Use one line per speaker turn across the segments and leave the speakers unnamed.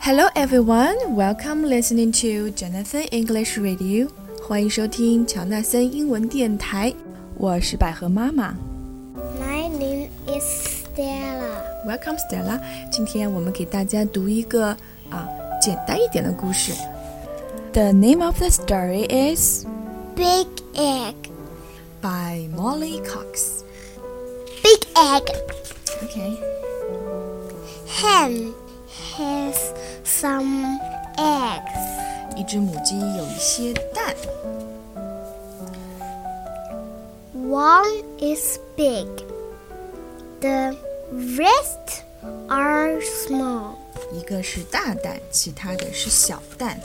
Hello everyone, welcome listening to Jonathan English Radio。欢迎收听乔纳森英文电台，我是百合妈妈。
My name is Stella.
Welcome Stella，今天我们给大家读一个啊简单一点的故事。The name of the story is
Big egg.
by Molly Cox.
Big egg.
Okay.
Hen has some eggs.
一只母鸡有一些蛋，
One is big. The rest are small.
一个是大蛋，其他的是小蛋。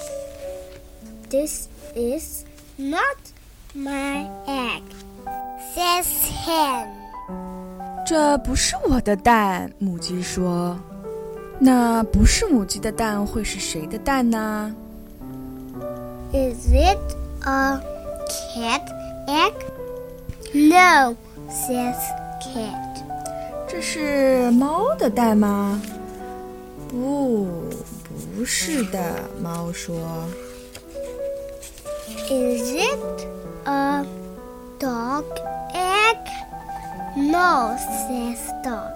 This is not my egg. Says hen.
这不是我的蛋，母鸡说。那不是母鸡的蛋会是谁的蛋呢？
Is it a cat egg? No, says cat.
这是猫的蛋吗？不，不是的，猫说。
Is it a dog egg? No, says dog.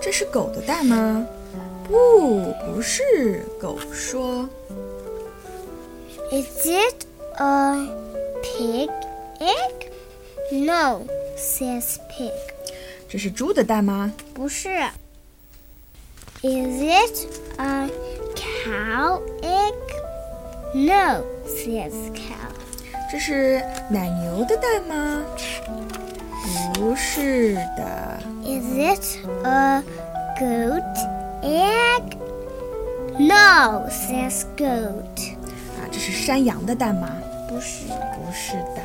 这是狗的蛋吗？不，不是，狗说。
Is it a pig egg? No, says pig.
这是猪的蛋吗？
不是。Is it a cow egg? No, says cow.
这是奶牛的蛋吗？不是的，啊
Is it a goat egg? No, says goat.
啊，这是山羊的蛋吗？
不是。
不是的。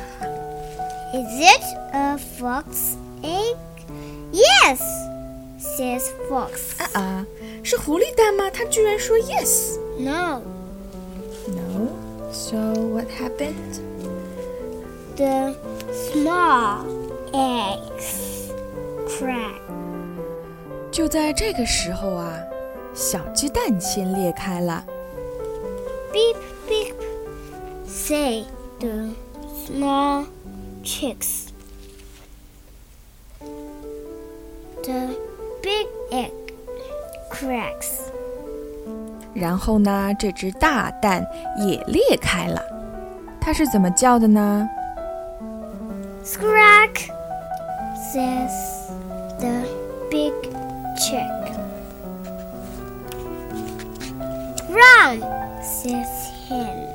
Is it a fox egg? Yes, says fox.
啊啊，是狐狸蛋吗？它居然说 yes。
No,
No. So what happened?
the small eggs crack.
就在这个时候啊，小鸡蛋先裂开了。
Beep beep, say the small chicks. The big egg cracks.
然后呢，这只大蛋也裂开了。它是怎么叫的呢？
Scrack, says the big chick. Run, says hen.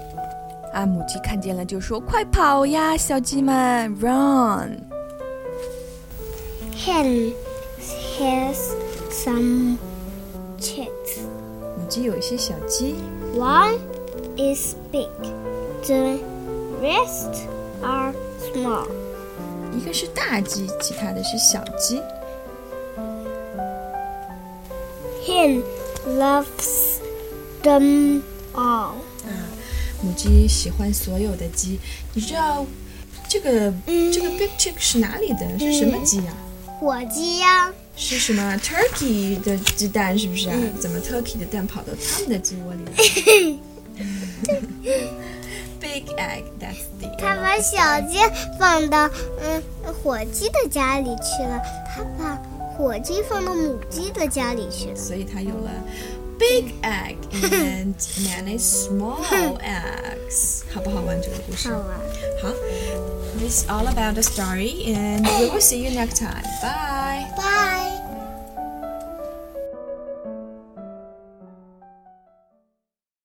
啊，母鸡看见了就说：“快跑呀，小鸡们，run！”
Hen has some chicks.
母鸡有一些小鸡，
One is big, the rest are small.
一个是大鸡，其他的是小鸡。
Hen loves them all.
母鸡喜欢所有的鸡。你知道这个、
嗯
这个 big chick 是哪里的？是什么鸡呀、
火鸡呀、
是什
嗯
么 turkey 的鸡蛋是不是啊？怎么 turkey 的蛋跑到他们的鸡窝里来 ？Big egg, that's the
他把小鸡放到嗯火鸡的家里去了，他把火鸡放到母鸡的家里去了。
所以它有了 big egg and many small eggs，好不好玩这个故事？
好玩。
好，This is all about the story, and we will see you next time. Bye.
拜。